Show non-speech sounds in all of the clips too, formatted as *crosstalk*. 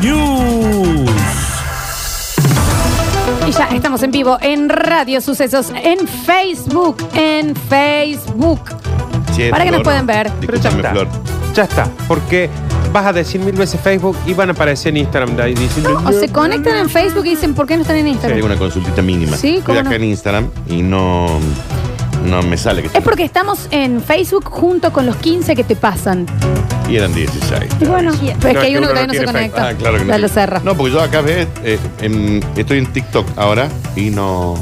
News. Y ya estamos en vivo en Radio Sucesos, en Facebook, en Facebook. Che, Para que nos Flor, puedan ver. Pero ya Discúlpame, está. Flor. Ya está. Porque vas a decir mil veces Facebook y van a aparecer en Instagram de ahí diciendo. O se conectan en Facebook y dicen, ¿por qué no están en Tengo Instagram? una consultita mínima. Sí, Estoy ¿cómo acá no? en Instagram y no, no me sale que Es porque estamos en Facebook junto con los 15 que te pasan. Y eran 16. Y bueno, pero es que hay uno que todavía no se tiene Facebook. conecta. Ah, claro que no. Ya lo cerra. No, porque yo acá ves, eh, em, estoy en TikTok ahora y no.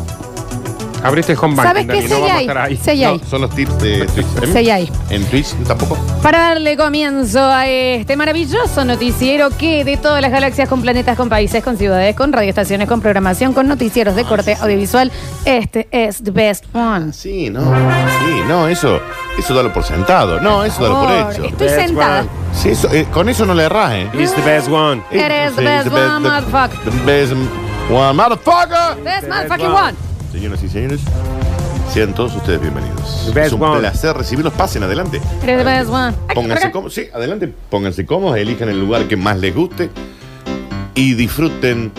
Abriste el home banking. ¿Sabes qué? Dani, no Seguí vamos a ahí. estar ahí. Seguí no, ahí. Son los tips de Twitch. ¿En- Seguí ahí. En Twitch tampoco. Para darle comienzo a este maravilloso noticiero que de todas las galaxias, con planetas, con países, con ciudades, con radioestaciones, con programación, con noticieros Ah, de corte audiovisual, este es The Best One. Sí, no. Sí, no, eso. Eso dalo por sentado. No, eso dalo por Por- hecho. Estoy Best sentada. One. Sí, eso, eh, con eso no le erras, ¿eh? It's the best one. It is the best one, motherfucker. The best one, motherfucker. Best Best motherfucking One. one. Señoras y señores, sean todos ustedes bienvenidos. Best es un one. placer recibirlos. Pasen adelante. It is the best one. Ay, Pónganse acá. cómodos. Sí, adelante. Pónganse cómodos, elijan el lugar que más les guste y disfruten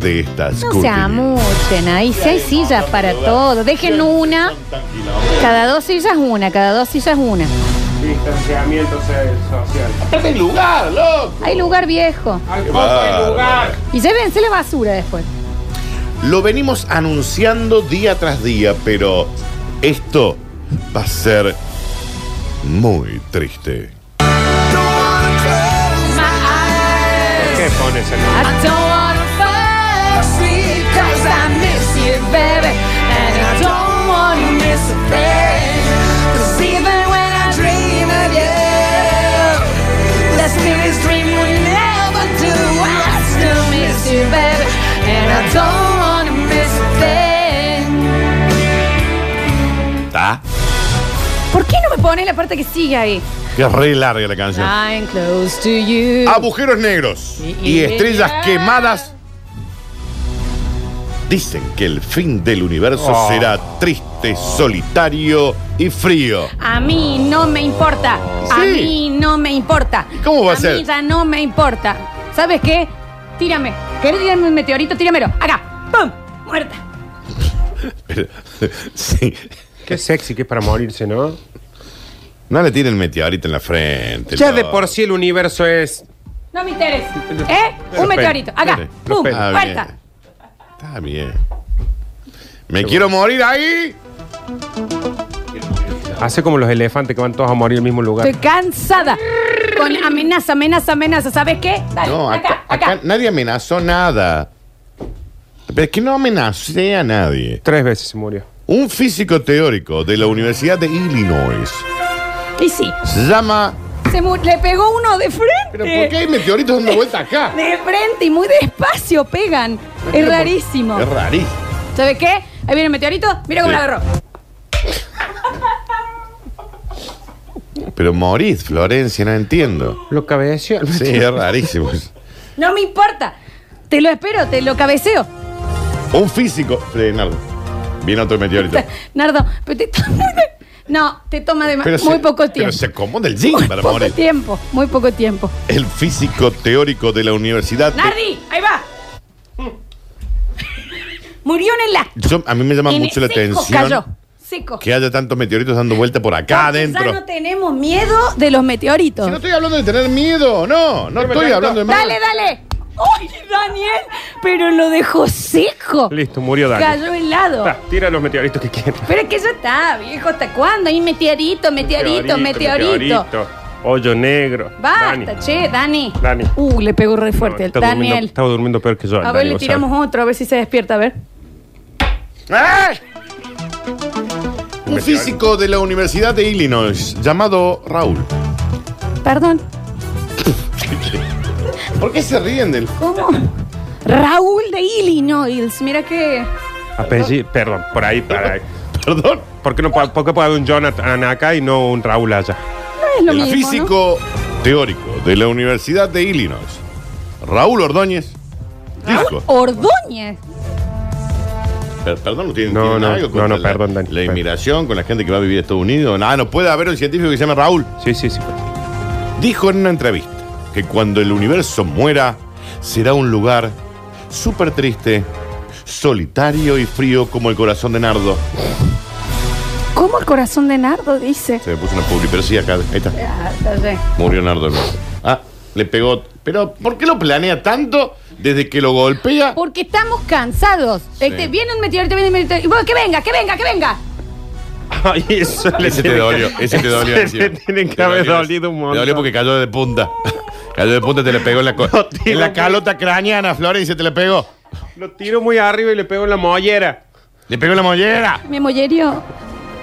de estas No se curtiñas. amuchen, ahí sí hay sillas para todos. Dejen una, Son tan quilombos. cada dos sillas una, cada dos sillas una. Distanciamiento social. Aparte hay Este lugar, loco. Hay lugar viejo. Hay poco de lugar. Y llévense la basura después. Lo venimos anunciando día tras día, pero esto va a ser muy triste. ¿Qué pones en el- I don't wanna fall asleep 'cause I miss you, baby. And I don't wanna miss a thing. 'Cause even when I dream of you, this newest dream will never do. I still miss you, baby. And I don't wanna miss a thing. ¿Está? ¿Por qué no me pones la parte que sigue ahí? Que es re larga la canción. I'm close to you. Agujeros negros y estrellas quemadas. Dicen que el fin del universo Oh. será triste, solitario y frío. A mí no me importa. A Sí. mí no me importa. ¿Y cómo va a ser? mí ya no me importa. ¿Sabes qué? Tírame. ¿Querés tirarme un meteorito? Tíramelo. Acá. ¡Pum! Muerta. Pero, *laughs* sí. Qué sexy que es para morirse, ¿no? No le tiren meteorito en la frente. Ya no. de por sí el universo es. No me interesa. ¿Eh? Los un meteorito. pelos. Acá. Sí, los ¡Pum! pelos. Ah, Muerta. bien. Está bien. Me quiero morir ahí. Hace como los elefantes que van todos a morir al mismo lugar. Estoy cansada. Con amenaza, amenaza, amenaza. ¿Sabes qué? Dale. No, acá, acá nadie amenazó nada. Pero es que no amenacé a nadie. Tres veces se murió. Un físico teórico de la Universidad de Illinois Y sí. se llama Se mu- le pegó uno de frente. ¿Pero por qué hay meteoritos dando vuelta acá? De frente y muy despacio pegan. Pero Es por- rarísimo. Es rarísimo. ¿Sabes qué? Ahí viene el meteorito. Mira cómo Sí. la agarró. Pero morís, Florencia, no entiendo. Lo cabeció. Sí, es rarísimo. No me importa. Te lo espero, te lo cabeceo. Un físico. Frenardo. Viene *laughs* otro meteorito. Nardo, pero te toma de- *laughs* No, te toma de Pero muy se- poco Pero tiempo. se acomoda el jean muy para poco morir. tiempo, muy poco tiempo. El físico teórico de la universidad. de- ¡Nardi! ¡Ahí *laughs* va! Murió en el acto. Yo- a mí me llama En mucho el la seco atención Cayó. Seco. que haya tantos meteoritos dando vuelta por acá Porque Ya adentro. no tenemos miedo de los meteoritos. Si no estoy hablando de tener miedo, no. No Pero estoy meteorito. hablando de más. ¡Dale, dale! ¡Ay, Daniel! Pero lo dejó seco. *laughs* Listo, murió Dani. Cayó helado. Ta, tira los meteoritos que quieran. Pero es que ya está, viejo, ¿hasta cuándo? Ahí meteorito, meteorito, meteorito. Hoyo negro. Basta, Dani. che, Dani. Dani. Uh, le pegó re fuerte el Está durmiendo- Daniel. Estaba durmiendo peor que yo. A Dani, ver, le vos tiramos otro, a ver si se despierta, a ver. ¡Ay! Un físico de la Universidad de Illinois llamado Raúl. Perdón. ¿Por qué se ríen del.? ¿Cómo? Raúl de Illinois, mira que... sabés. Apellido, perdón, por ahí, para ahí. *laughs* Perdón. ¿Por qué, no, po- por qué puede haber un Jonathan acá y no un Raúl allá? Es lo El mismo, ¿no? físico teórico de la Universidad de Illinois, Raúl Ordóñez, dijo. Ordóñez. Per- Perdón, ¿tienen, No, tienen no, algo no, contra no, la- perdón, Dani. La inmigración con la gente que va a vivir a Estados Unidos. Nada, no puede haber un científico que se llame Raúl. Sí, sí, sí. pues. Dijo en una entrevista que cuando el universo muera, será un lugar súper triste, solitario y frío como el corazón de Nardo. ¿Cómo el corazón de Nardo dice? Se me puso una publicidad acá. Ahí está. Ah, ya sé. Murió Nardo. Ah, le pegó. Pero, ¿por qué lo planea tanto desde que lo golpea? Porque estamos cansados. Este, viene un meteorito, viene un meteorito. Y vos, que venga, que venga, que venga. Ay, eso le Ese te tiene que- dolió, ese te *laughs* dolió. Ese le encima. tiene Te que haber dolió, dolido un montón. Te dolió porque cayó de punta. *laughs* Cayó de punta, te le pegó en la, co- *laughs* No, tío, en la no. calota craneana, Florencia, te le pegó. Lo tiro muy arriba y le pego en la mollera. Le pegó en la mollera. Mi mollerio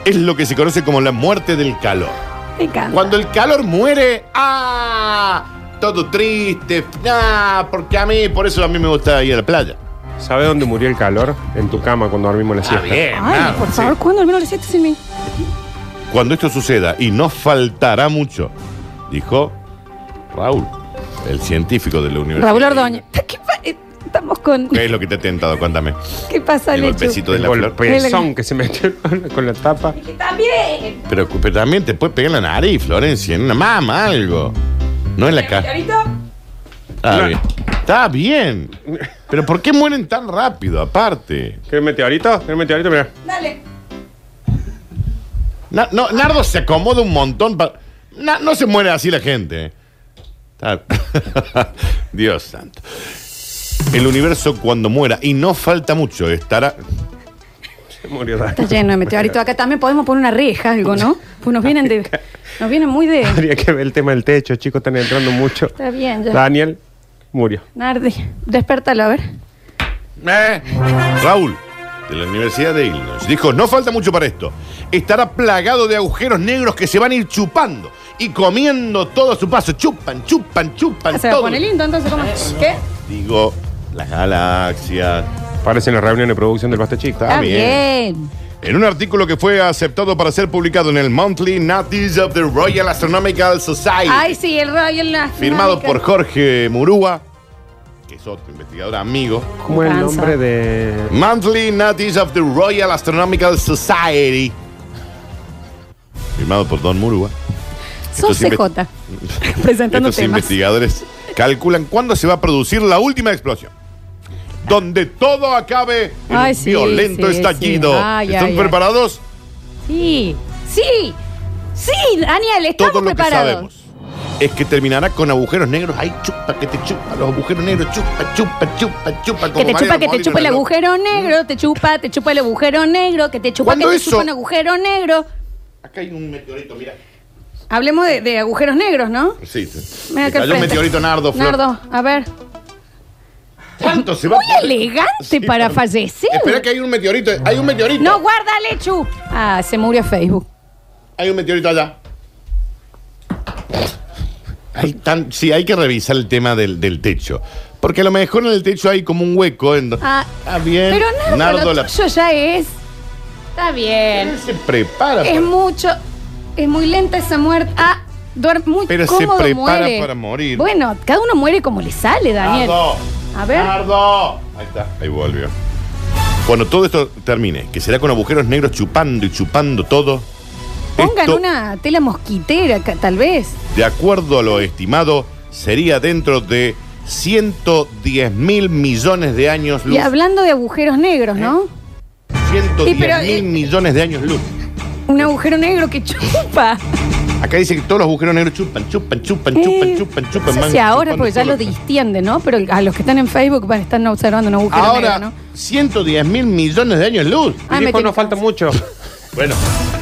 Es lo que se conoce como la muerte del calor. me encanta. Cuando el calor muere, ¡ah! Todo triste, ¡ah! Porque a mí, por eso a mí me gusta ir a la playa. ¿Sabe dónde murió el calor? En tu cama cuando dormimos la Está siesta. Ah, bien, Ay, nada, por sí. favor, ¿cuándo al menos le siento sin mí? Cuando esto suceda, y no faltará mucho, dijo Raúl, el científico de la universidad. Raúl Ordóñez. ¿Qué pa- eh, Estamos con. ¿Qué es lo que te ha tentado? Cuéntame. ¿Qué pasa, El Lechu? golpecito de la Con el flor. pezón que se metió con la, con la tapa. Que También. Pero, pero también te puede pegar en la nariz, Florencia, en una mama, algo. No en la cara. Meteorito. Está No. bien. Está bien. Pero ¿por qué mueren tan rápido, aparte? ¿Querés meteorito? ¿Querés meteorito? Mira. Dale. Na- no, Nardo se acomoda un montón para... no se muere así la gente. ¿eh? Está- *laughs* Dios santo. El universo cuando muera, y no falta mucho, estará... Se murió Dani. Está lleno de meteoritos. Acá también podemos poner una reja, algo, ¿no? Pues nos vienen de. Nos vienen muy de. Habría que ver el tema del techo, chicos, están entrando mucho. Está bien, ya. Daniel murió. Nardi, despértalo, a ver. Eh, Raúl, de la Universidad de Illinois, dijo, no falta mucho para esto. Estará plagado de agujeros negros que se van a ir chupando y comiendo todo a su paso. Chupan, chupan, chupan. Ah, Se va a todo. poner lindo, entonces, ¿cómo? ¿Qué? Digo, las galaxias. Parecen las reuniones de producción del Basta Chico. Está Está bien. bien. En un artículo que fue aceptado para ser publicado en el Monthly Notice of the Royal Astronomical Society, Ay, sí, el rollo en la. firmado dinámica. por Jorge Murúa, que es otro investigador amigo. ¿Cómo es el Cansa. nombre de...? Monthly Notice of the Royal Astronomical Society. Firmado por Don Murúa. Sos Estos CJ. Presentando Estos temas. investigadores calculan cuándo se va a producir la última explosión. Donde todo acabe en Ay, un sí, violento sí, estallido. sí. Ay, ¿Están ay, ay. preparados? Sí, sí, sí, Daniel, estamos Todo lo preparados. que sabemos es que terminará con agujeros negros. Ay, chupa, que te chupa. Los agujeros negros, chupa, chupa, chupa, chupa. Que te chupa, como Mariano que te Molina ¿Mm? chupa el en la- agujero negro, te chupa, te chupa el agujero negro, que te chupa, que ¿Cuándo te eso? chupa un agujero negro. Acá hay un meteorito, mira. Hablemos de, de agujeros negros, ¿no? Sí, sí. Mira Me acá al cayó un frente. meteorito nardo, Flor. Nardo, a ver. ¿Cuánto se va? a Muy poner? elegante Sí, para perdón. fallecer. Espera que hay un meteorito. Hay un meteorito. No, guarda, Lechu. Ah, se murió Facebook. Hay un meteorito allá. Hay tan- sí, hay que revisar el tema del, del techo. Porque a lo mejor en el techo hay como un hueco. En, do- Ah, Está bien. Pero Nardo, lo Eh, la- tuyo ya es. Está bien. Él se prepara. Es para- mucho, es muy lenta esa muerte. Ah, duerme muy Pero se cómodo prepara muere. para morir. Bueno, cada uno muere como le sale, Daniel. Nardo. A ver. Nardo. Ahí está. Ahí volvió. Cuando todo esto termine, que será con agujeros negros chupando y chupando todo. Pongan esto, una tela mosquitera, ca- tal vez. De acuerdo a lo estimado, sería dentro de 110 mil millones de años luz. Eh. Y hablando de agujeros negros, ¿no? 110 Y pero, mil eh, millones de años luz. Un agujero negro que chupa. Acá dice que todos los agujeros negros chupan, chupan, chupan, Eh, chupan, chupan, no chupan. sé van si ahora, chupando porque ya todo lo distiende, ¿no? Pero a los que están en Facebook van a estar observando un agujero Ahora, negro, ¿no? 110 mil millones de años luz. Ah, me Viejo, tiene- nos falta mucho. Bueno,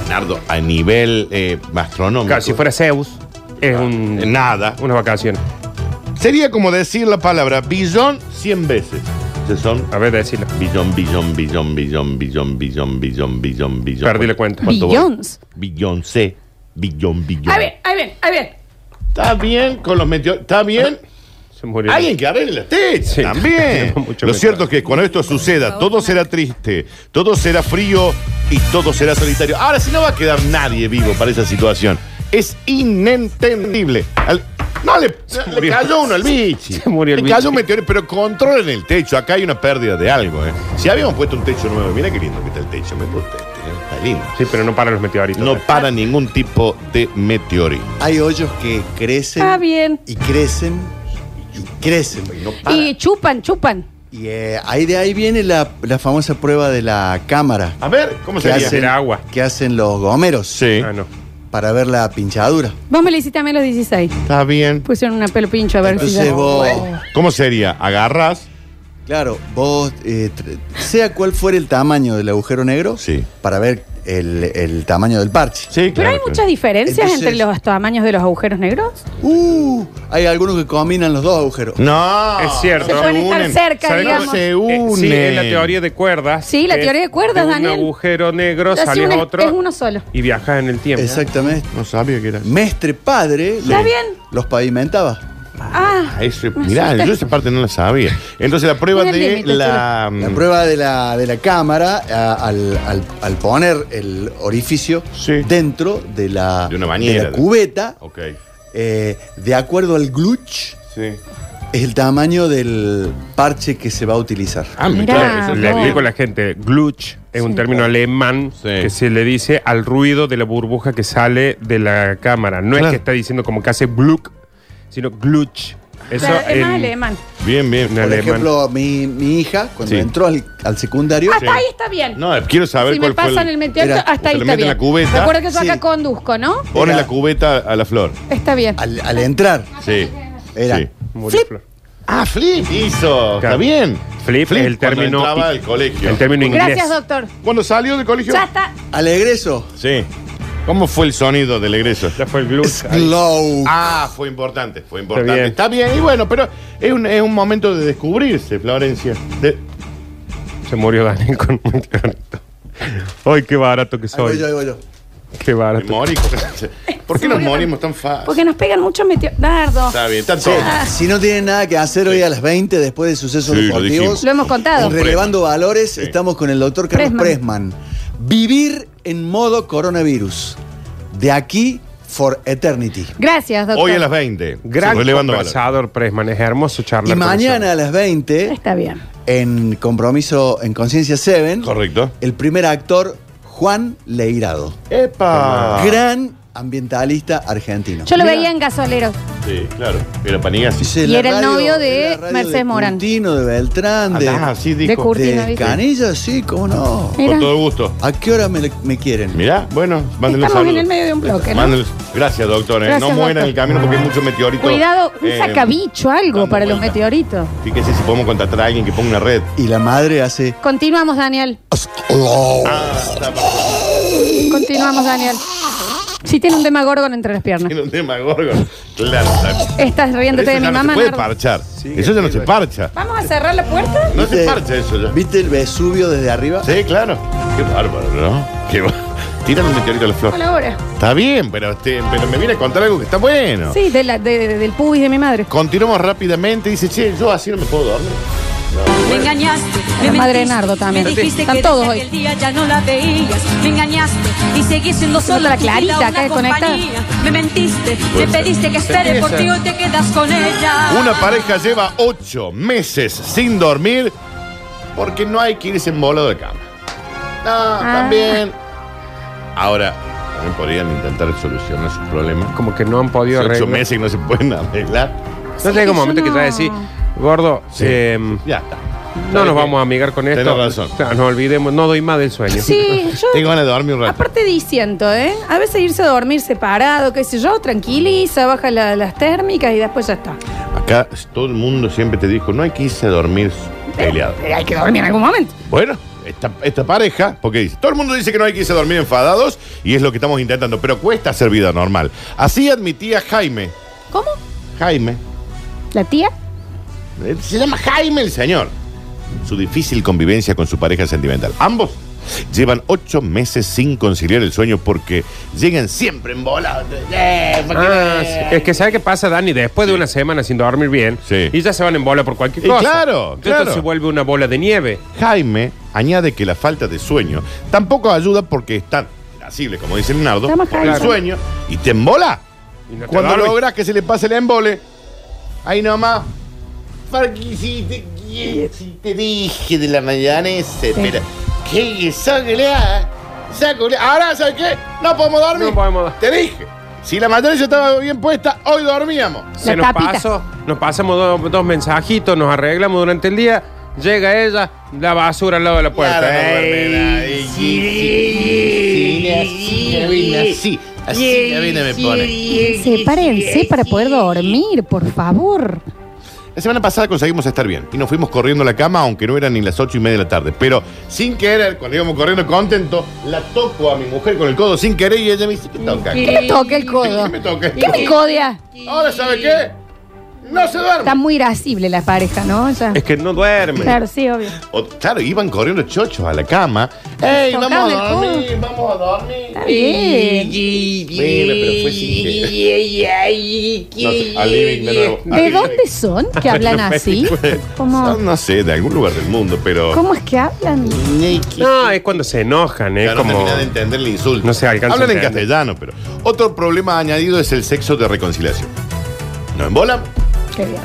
Nardo, a nivel eh, astronómico. Claro, si fuera Zeus, es un, Ah, Nada. una vacación. Sería como decir la palabra billón 100 veces. Se son A ver, decilo. billón, billón, billón, billón, billón, billón, billón, billón, billón. Perdí la cuenta. ¿Cuánto voy? Billions. Billón C. Billón, billón. Ahí ven, ahí ven, ahí ven. Está bien con los meteoritos. Está bien. Se murió. Alguien que arregle la techa Sí. también. *laughs* Mucho Lo mejor. cierto es que cuando esto suceda, todo será triste, todo será frío y todo será solitario. Ahora sí no va a quedar nadie vivo para esa situación. Es inentendible. Al- no, le, le murió. cayó uno al bichi. Se murió el le cayó bichi. un meteorito, pero controlen el techo. Acá hay una pérdida de algo. ¿eh? Si habíamos puesto un techo nuevo, mira qué lindo que está el techo. Me gusta este, ¿eh? Está lindo. Sí, pero no para los meteoritos. No para ningún tipo de meteorito. Hay hoyos que crecen. Ah, bien. Y crecen. Y crecen. Y chupan, chupan. Y eh, ahí de ahí viene la, la famosa prueba de la cámara. A ver, ¿cómo que sería? hacen, Era agua. que hacen los gomeros Sí. Ah, no. para ver la pinchadura. Vos me le hiciste a mí los 16. Está bien. Pusieron una pelo pincho a ver si Entonces ya- vos, ¿Cómo sería? Agarras. claro, vos, eh, tr- sea cual fuera el tamaño del agujero negro, Sí. para ver el, el tamaño del parche. Sí, Pero hay muchas diferencias Entonces- entre los tamaños de los agujeros negros. Uh, hay algunos que combinan los dos agujeros. Mm. No. Es cierto. Se pueden estar cerca, ¿Saben cómo digamos. Se Eh, unen. sí, es la teoría de cuerdas. Sí, la que teoría de cuerdas, de Daniel. Un agujero negro, Así sale una- otro. es uno solo. Y viajas en el tiempo. Exactamente. No sabía que era. Mestre padre ¿Está los- bien? los pavimentaba. Ah, Ese, mirá, asustaste. yo esa parte no la sabía. Entonces la prueba Muy al de límite, la. La prueba de la, de la cámara a- al, al- al poner el orificio Sí. dentro de la, De una bañera. de la cubeta, Ok. eh, de acuerdo al glutch, Sí. es el tamaño del parche que se va a utilizar. Ah, Mirá, claro, eso Le vos. explico a la gente, glitch es un término alemán Sí. que se le dice al ruido de la burbuja que sale de la cámara. No Claro. es que está diciendo como que hace gluck, sino glitch. Eso claro, es en- más alemán. Bien, bien. en Por alemán. ejemplo, mi, mi hija, cuando Sí. entró al, al secundario, Hasta Ah, ahí está bien. No, quiero saber si me cuál fue. pasan el, meteorito, Mira, hasta se ahí le está mete en bien. la cubeta. Recuerda que yo acá Sí. conduzco, ¿no? Pone Era- la cubeta a la flor. Está bien. al, al entrar, Ah, Sí. era Sí. Murió Flor. Ah, flip hizo. Está Claro. bien. Flip es el cuando término- entraba al colegio. El término inglés. Gracias, doctor. Cuando salió del colegio. Ya está. al egreso, Sí. ¿Cómo fue el sonido del egreso? Ya fue el glitch. glow. Ah, fue importante, fue importante. Está Está bien, y bueno, pero es un, es un momento de descubrirse, Florencia. De- Se murió Daniel *laughs* con un meteorito. Ay, qué barato que Ahí voy soy. yo, ahí voy yo. Qué me barato. *laughs* morí. *laughs* ¿Por qué nos morimos tan fácil? Porque nos pegan muchos meteoritos. Está bien, está Sí, Ah, todo. Si no tienen nada que hacer hoy a las 20 después de sucesos Sí, lo dijimos. deportivos, Lo hemos contado. En Relevando Valores Sí. estamos con el doctor Carlos Pressman. Pressman. Vivir en modo coronavirus. De aquí for eternity. Gracias, doctor. Hoy a las 20. Gran relevando conversador, Pressman. Es hermoso charlar Y con mañana a las 20, Está bien. en compromiso en Conciencia 7, Correcto. el primer actor Juan Leirado. ¡Epa! Gran ambientalista argentino. Yo lo veía en gasolero. Sí, claro. Era Panigasi. Dice, Y la era el novio de la radio Mercedes Morán. Curtino, de Beltrán, de, Ah, sí, De dijo. Curti. Curtino, de ¿viste? Canilla, sí, cómo no. Mira. Con todo gusto. ¿A qué hora me, me quieren? Mirá, bueno, mándenle Estamos en el medio de un bloque, ¿no? Gracias, doctor. eh. Gracias, no doctor. mueran en el camino porque hay muchos meteoritos. Cuidado, un eh, sacabicho, algo dando para los vuelta. meteoritos. Fíjese si podemos contratar a alguien que ponga una red. Y la madre hace... Continuamos, Daniel. Oh. Ah, está Continuamos, Daniel. Si tiene un demagorgon entre las piernas. Tiene un Demagorgon. Claro, está Estás riéndote de Eso mi ya no mamá. se puede Nardo. parchar. eso ya no se parcha. ¿Vamos a cerrar la puerta? No se ¿Viste- parcha eso ya. ¿Viste el Vesubio desde arriba? Sí, claro. Qué bárbaro, ¿no? Qué bá- *laughs* Tírale un meteorito a la flor. Hola, ahora. Está bien, pero, este, pero me viene a contar algo que está bueno. Sí, de la- de- de- del pubis de mi madre. Continuamos rápidamente. Dice, che, yo así no me puedo dormir. Me engañaste, me La madre de mentiste, Nardo también. Me dijiste Están que todos desde hoy. aquel día ya no la veías. Me engañaste y seguís siendo solo la en tu vida Clarita una acá compañía. desconectada. Me mentiste, Puede me ser. pediste que espere por ti hoy te quedas con ella. Una pareja lleva ocho meses sin dormir porque no hay que irse en bolo de cama. No, también. Ahora, también podrían intentar solucionar su problema. Como que no han podido Hace Ocho arreglar. meses y no se pueden arreglar. No Sí, llega un momento yo que te va a no- decir, gordo, Sí. em, Ya está. no nos vamos a amigar con esto. Tenés razón. O sea, nos olvidemos, no doy más *laughs* del sueño. Sí, yo. Tengo ganas de dormir un rato. Aparte diciendo, ¿eh? A veces irse a dormir separado, qué sé yo, tranquiliza, baja la- las térmicas y después ya está. Acá todo el mundo siempre te dijo, no hay que irse a dormir peleado. Pero hay que dormir en algún momento. Bueno, esta, esta pareja, porque dice, todo el mundo dice que no hay que irse a dormir enfadados y es lo que estamos intentando, pero cuesta hacer vida normal. Así admitía Jaime. ¿Cómo? Jaime. ¿La tía? Eh, Se llama Jaime el señor. Su difícil convivencia con su pareja sentimental. Ambos Llevan ocho meses sin conciliar el sueño porque llegan siempre embolados. Eh, ¿para qué? Ah, sí. Es que ¿sabe qué pasa, Dani? Después de una semana sin dormir bien, Sí. y ya se van en bola por cualquier Y cosa. claro, Entonces claro. se vuelve una bola de nieve. Jaime añade que la falta de sueño tampoco ayuda porque están irascible, como dice Leonardo, Estamos por el Jaime. sueño y te embola. Y no te Cuando dormís. logras que se le pase el embole, ahí nomás. Porque Si te, si te dije de la mayonesa, pero ¿qué sacolea? Sacolea. Ahora, ¿sabes qué? No podemos dormir. No podemos dormir. Te dije. Si la mayonesa estaba bien puesta, hoy dormíamos. Se nos tapita. pasó, nos pasamos dos, dos mensajitos, nos arreglamos durante el día, llega ella, la basura al lado de la puerta. Ey, Así, así la vida me pone. Sepárense para poder dormir, por favor. La semana pasada conseguimos estar bien y nos fuimos corriendo a la cama, aunque no eran ni las ocho y media de la tarde. Pero sin querer, cuando íbamos corriendo contento, la toco a mi mujer con el codo sin querer y ella me dice: ¿Qué toca? ¿Qué me toca el codo? ¿Qué me toca el ¿Qué me codia? Ahora, ¿sabe qué? No se Está duerme. muy irascible la pareja, ¿no? Ya. Es que no duerme. Claro, sí, obvio. O- claro, iban corriendo chochos a la cama. ¡Ey, Tocaban vamos el a codo. dormir! ¡Vamos a dormir! Está bien. Bueno, pero fue sin No sé, al living de nuevo. ¿De dónde son que hablan así? *laughs* No, ¿Cómo, no sé, de algún lugar del mundo, pero. cómo es que hablan? No, es cuando se enojan, es Ya no como. termina de entender el insulto. No se alcanza Hablan a en entender. castellano, pero. Otro problema añadido es el sexo de reconciliación. Nos embolamos, Qué bien.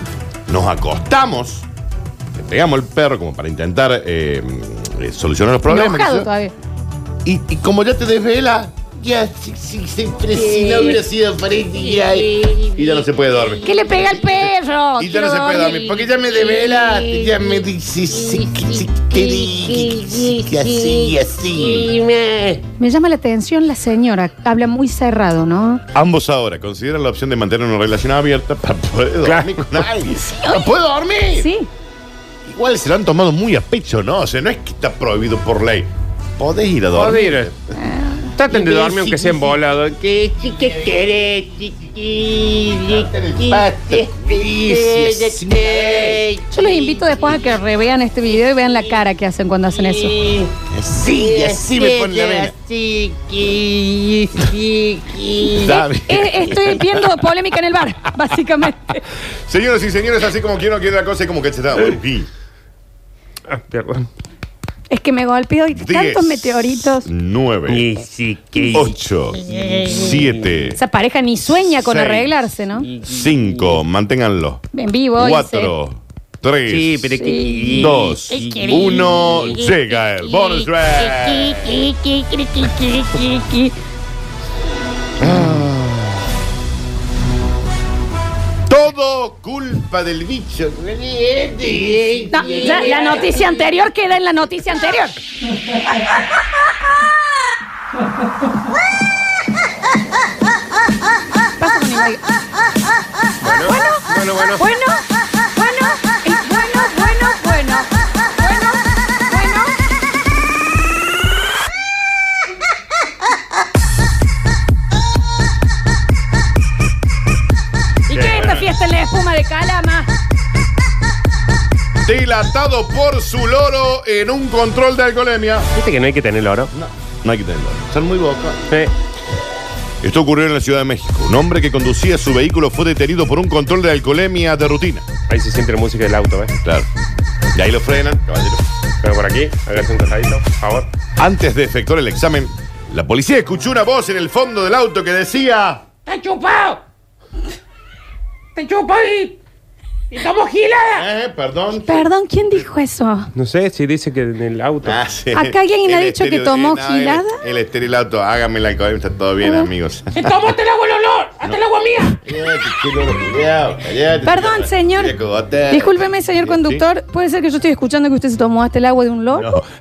nos acostamos, le pegamos el perro como para intentar eh, eh, solucionar los problemas. qué sé Enojado yo. todavía. Y, y como ya te desvela, ya si, si, siempre si no hubiera sido frente y ahí. Y ya no se puede dormir. ¿Qué le pega al perro? Y ya no Quiero se puede dormir, porque ya me desvelaste, ya me dices, sí, que- sí, que te dije, que sí, que así, y así. Me llama la atención la señora. Habla muy cerrado, ¿no? Ambos ahora consideran la opción de mantener una relación abierta para poder dormir con alguien. ¡No puedo dormir! Sí. Igual se lo han tomado muy a pecho, ¿no? O sea, no es que está prohibido por ley. Podés ir a dormir. Joder. Traten de dormir aunque sea embolado. ¿Qué querés? El pato, felices. Yo los invito después a que revean este video y vean la cara que hacen cuando hacen eso. Así, y así me pone la vena. *laughs* Dame. Eh, estoy viendo polémica en el bar, *laughs* básicamente. Señoras y señores, así como quiero, quiero la cosa y como que se está. Sí. Ah, perdón. Es que me golpeó y tantos Diez, meteoritos. Nueve. Ocho. Siete. Esa pareja ni sueña con Seis. arreglarse, ¿no? Cinco. Manténganlo. En vivo. y Cuatro. Tres. Dos, uno, llega el bonus track. Todo culpa del bicho. se- No, ya la noticia anterior queda en la noticia anterior. Pasa con el- Bueno, bueno, bueno. Bueno, bueno, y bueno, bueno, bueno, bueno, bueno. ¿Y qué es esta fiesta en la espuma de Calama? Dilatado por su loro en un control de alcoholemia. Viste que no hay que tener oro. No, no hay que tenerlo. Están muy bocas. Sí. Esto ocurrió en la Ciudad de México. Un hombre que conducía su vehículo fue detenido por un control de alcoholemia de rutina. Ahí se siente la música del auto, ¿ves? Claro. Y ahí lo frenan, caballero. Pero por aquí, hágase un costadito, por favor. Antes de efectuar el examen, la policía escuchó una voz en el fondo del auto que decía... ¡Está chupado! ¡Está chupado y... y ¡Estamos giladas! Eh, perdón. Perdón, ¿quién dijo eso? No sé si dice que en el auto. Ah, sí. Acá alguien El ha dicho que estereo- tomó el- gilada. Ah. El, esterilato, hágame la alcoholemia, está todo *laughs* bien, amigos. ¡Se tomó hasta el agua el olor! ¡Hasta el agua mía! Perdón, señor. Discúlpeme, señor conductor. ¿Puede ser que yo estoy escuchando que usted se tomó hasta el agua de un loro? No. *laughs*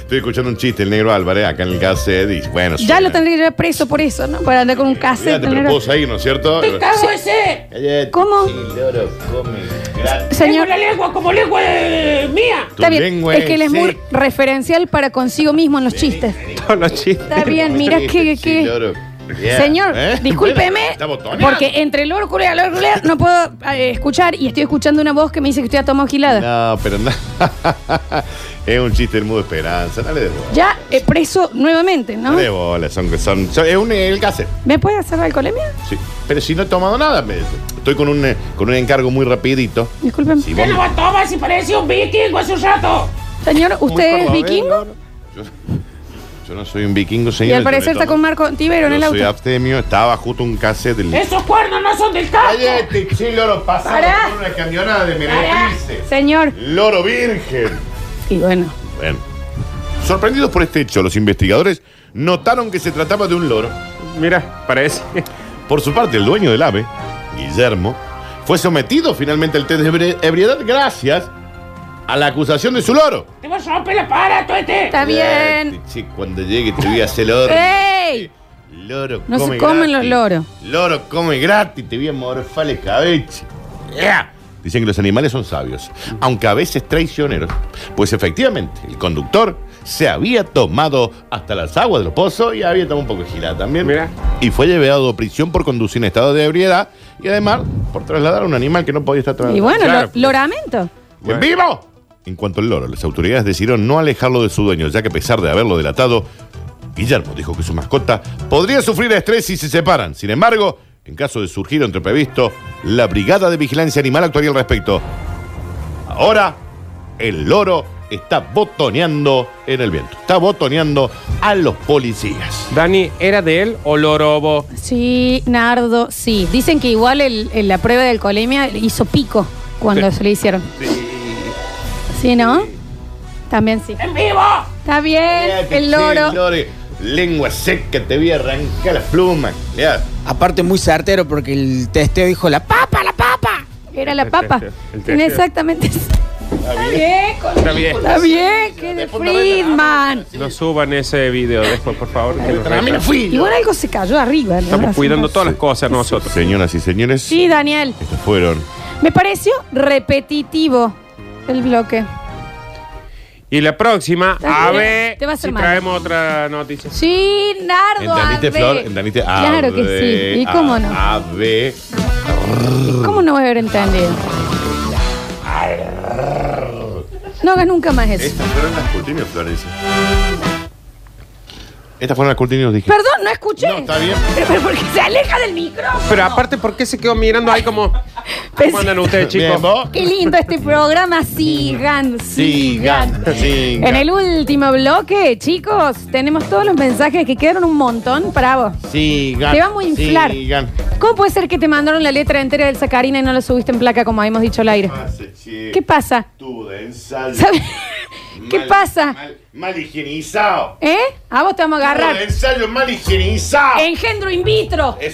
Estoy escuchando un chiste, el negro Álvarez, acá en el cassette. y bueno, Ya suena. lo tendría que llevar preso por eso, ¿no? Para andar con un cassette. Fíjate, pero negro. vos ahí, ¿no es cierto? ¡Cago ese! Cállate, ¿Cómo? el loro come gratis. ¡Tengo Señor. la lengua como lengua eh, mía! Tu Está bien, lengua es que él es muy seca. referencial para consigo mismo en los chistes. *laughs* Todos los chistes. Está bien, mira Sí, que, sí, que loro. Bien, Señor, ¿eh? *laughs* discúlpeme, Está botoneando. porque entre el orculeo y el orculeo no puedo eh, escuchar y estoy escuchando una voz que me dice que usted ha tomado gilada. No, pero no. *laughs* es un chiste del mudo esperanza. Dale de bola. Ya eh, preso nuevamente, ¿no? Dale de bola, son, son, son- Es un el cassette. ¿Me puede hacer la alcoholemia? Sí. Pero si no he tomado nada, me dice. Estoy con un, eh, con un encargo muy rapidito. Discúlpeme. Si ¡Usted vos- lo va a tomar si parece un vikingo hace un rato! Señor, muy ¿usted es cordobés, vikingo? ¿no? Yo, yo no soy un vikingo, señor. Y al parecer está con Marco Tibero en el Yo soy auto. abstemio, estaba justo un cassette del. este, ¡Esos cuernos no son del campo! Cállate, che, loro pasado Pará. por una camionada de meretrices. Señor. Loro virgen. Y bueno, Bueno. Sorprendidos por este hecho, los investigadores notaron que se trataba de un loro. Mira, parece. Por su parte, el dueño del ave, Guillermo, fue sometido finalmente al test de ebri- ebriedad gracias a la acusación de su loro. ¡Te vas a romper el aparato este! está bien. Eh, Este, che, cuando llegue te voy a hacer loro. *laughs* ¡Ey! Loro No se come comen gratis. los loros. Loro come gratis, te voy a morfar el cabeche. ¡Ea! Dicen que los animales son sabios, aunque a veces traicioneros. Pues efectivamente, el conductor se había tomado hasta las aguas de los pozos y había tomado un poco de gilada también. Mirá. Y fue llevado a prisión por conducir en estado de ebriedad y además por trasladar a un animal que no podía estar trasladado. Y bueno, Claro, lo- pues. lo, lamento. ¡En vivo! En cuanto al loro, las autoridades decidieron no alejarlo de su dueño, ya que a pesar de haberlo delatado, Guillermo dijo que su mascota podría sufrir estrés si se separan. Sin embargo, en caso de surgir entre previsto, la Brigada de Vigilancia Animal actuaría al respecto. Ahora, el loro está botoneando en el viento. Está botoneando a los policías. Dani, ¿era de él o lorobo? Sí, Nardo, sí. Dicen que igual el- el- la prueba de alcoholemia hizo pico cuando se le hicieron. Sí. ¿no? También sí. ¡En vivo! Está bien, el loro. Sí, Lengua seca, te voy a arrancar las plumas. Mirá. Aparte, muy certero porque el testeo dijo la papa, la papa. Era la papa. tercero, el tercero. Tiene exactamente. Está bien, con- Está bien. está bien, que de Después no venden nada. Friedman. No suban ese video después, por favor. que nos Tramina retan. fui. Igual algo se cayó arriba, ¿no? Estamos Hace cuidando unos- todas las cosas nosotros. Señoras y señores, Sí, Daniel. estos fueron Me pareció repetitivo el bloque. Y la próxima, Está a bien. ver Te va a hacer si mal. traemos otra noticia. Sí, Nardo. ¿Entendiste, ave. Flor? ¿Entendiste? Claro que Ave, sí. ¿Y cómo no? a- Ave. ¿Cómo no voy a haber entendido? No hagas nunca más eso. Estas fueron las cortinas, Florencia. Estas fueron las cortinas, dije. Perdón, no escuché. No, está bien. *laughs* Pero, pero porque se aleja del micro. Pero aparte, ¿por qué se quedó mirando ahí como... ¿Cómo andan ustedes, Bien, eh, chicos? vos. Qué lindo este programa. Sigan, sigan. Sigan, sigan. En el último bloque, chicos, tenemos todos los mensajes que quedaron un montón. Bravo. Sigan. Te vamos a inflar. Sigan. ¿Cómo puede ser que te mandaron la letra entera del sacarina y no la subiste en placa como habíamos dicho al aire? ¿Qué pasa? Tú de ensalada. ¿Sabes? *laughs* ¿Qué Mal- pasa? Mal, mal higienizado. ¿Eh? A vos te vamos a Todo agarrar. de ensayo mal higienizado. Engendro in vitro. Es-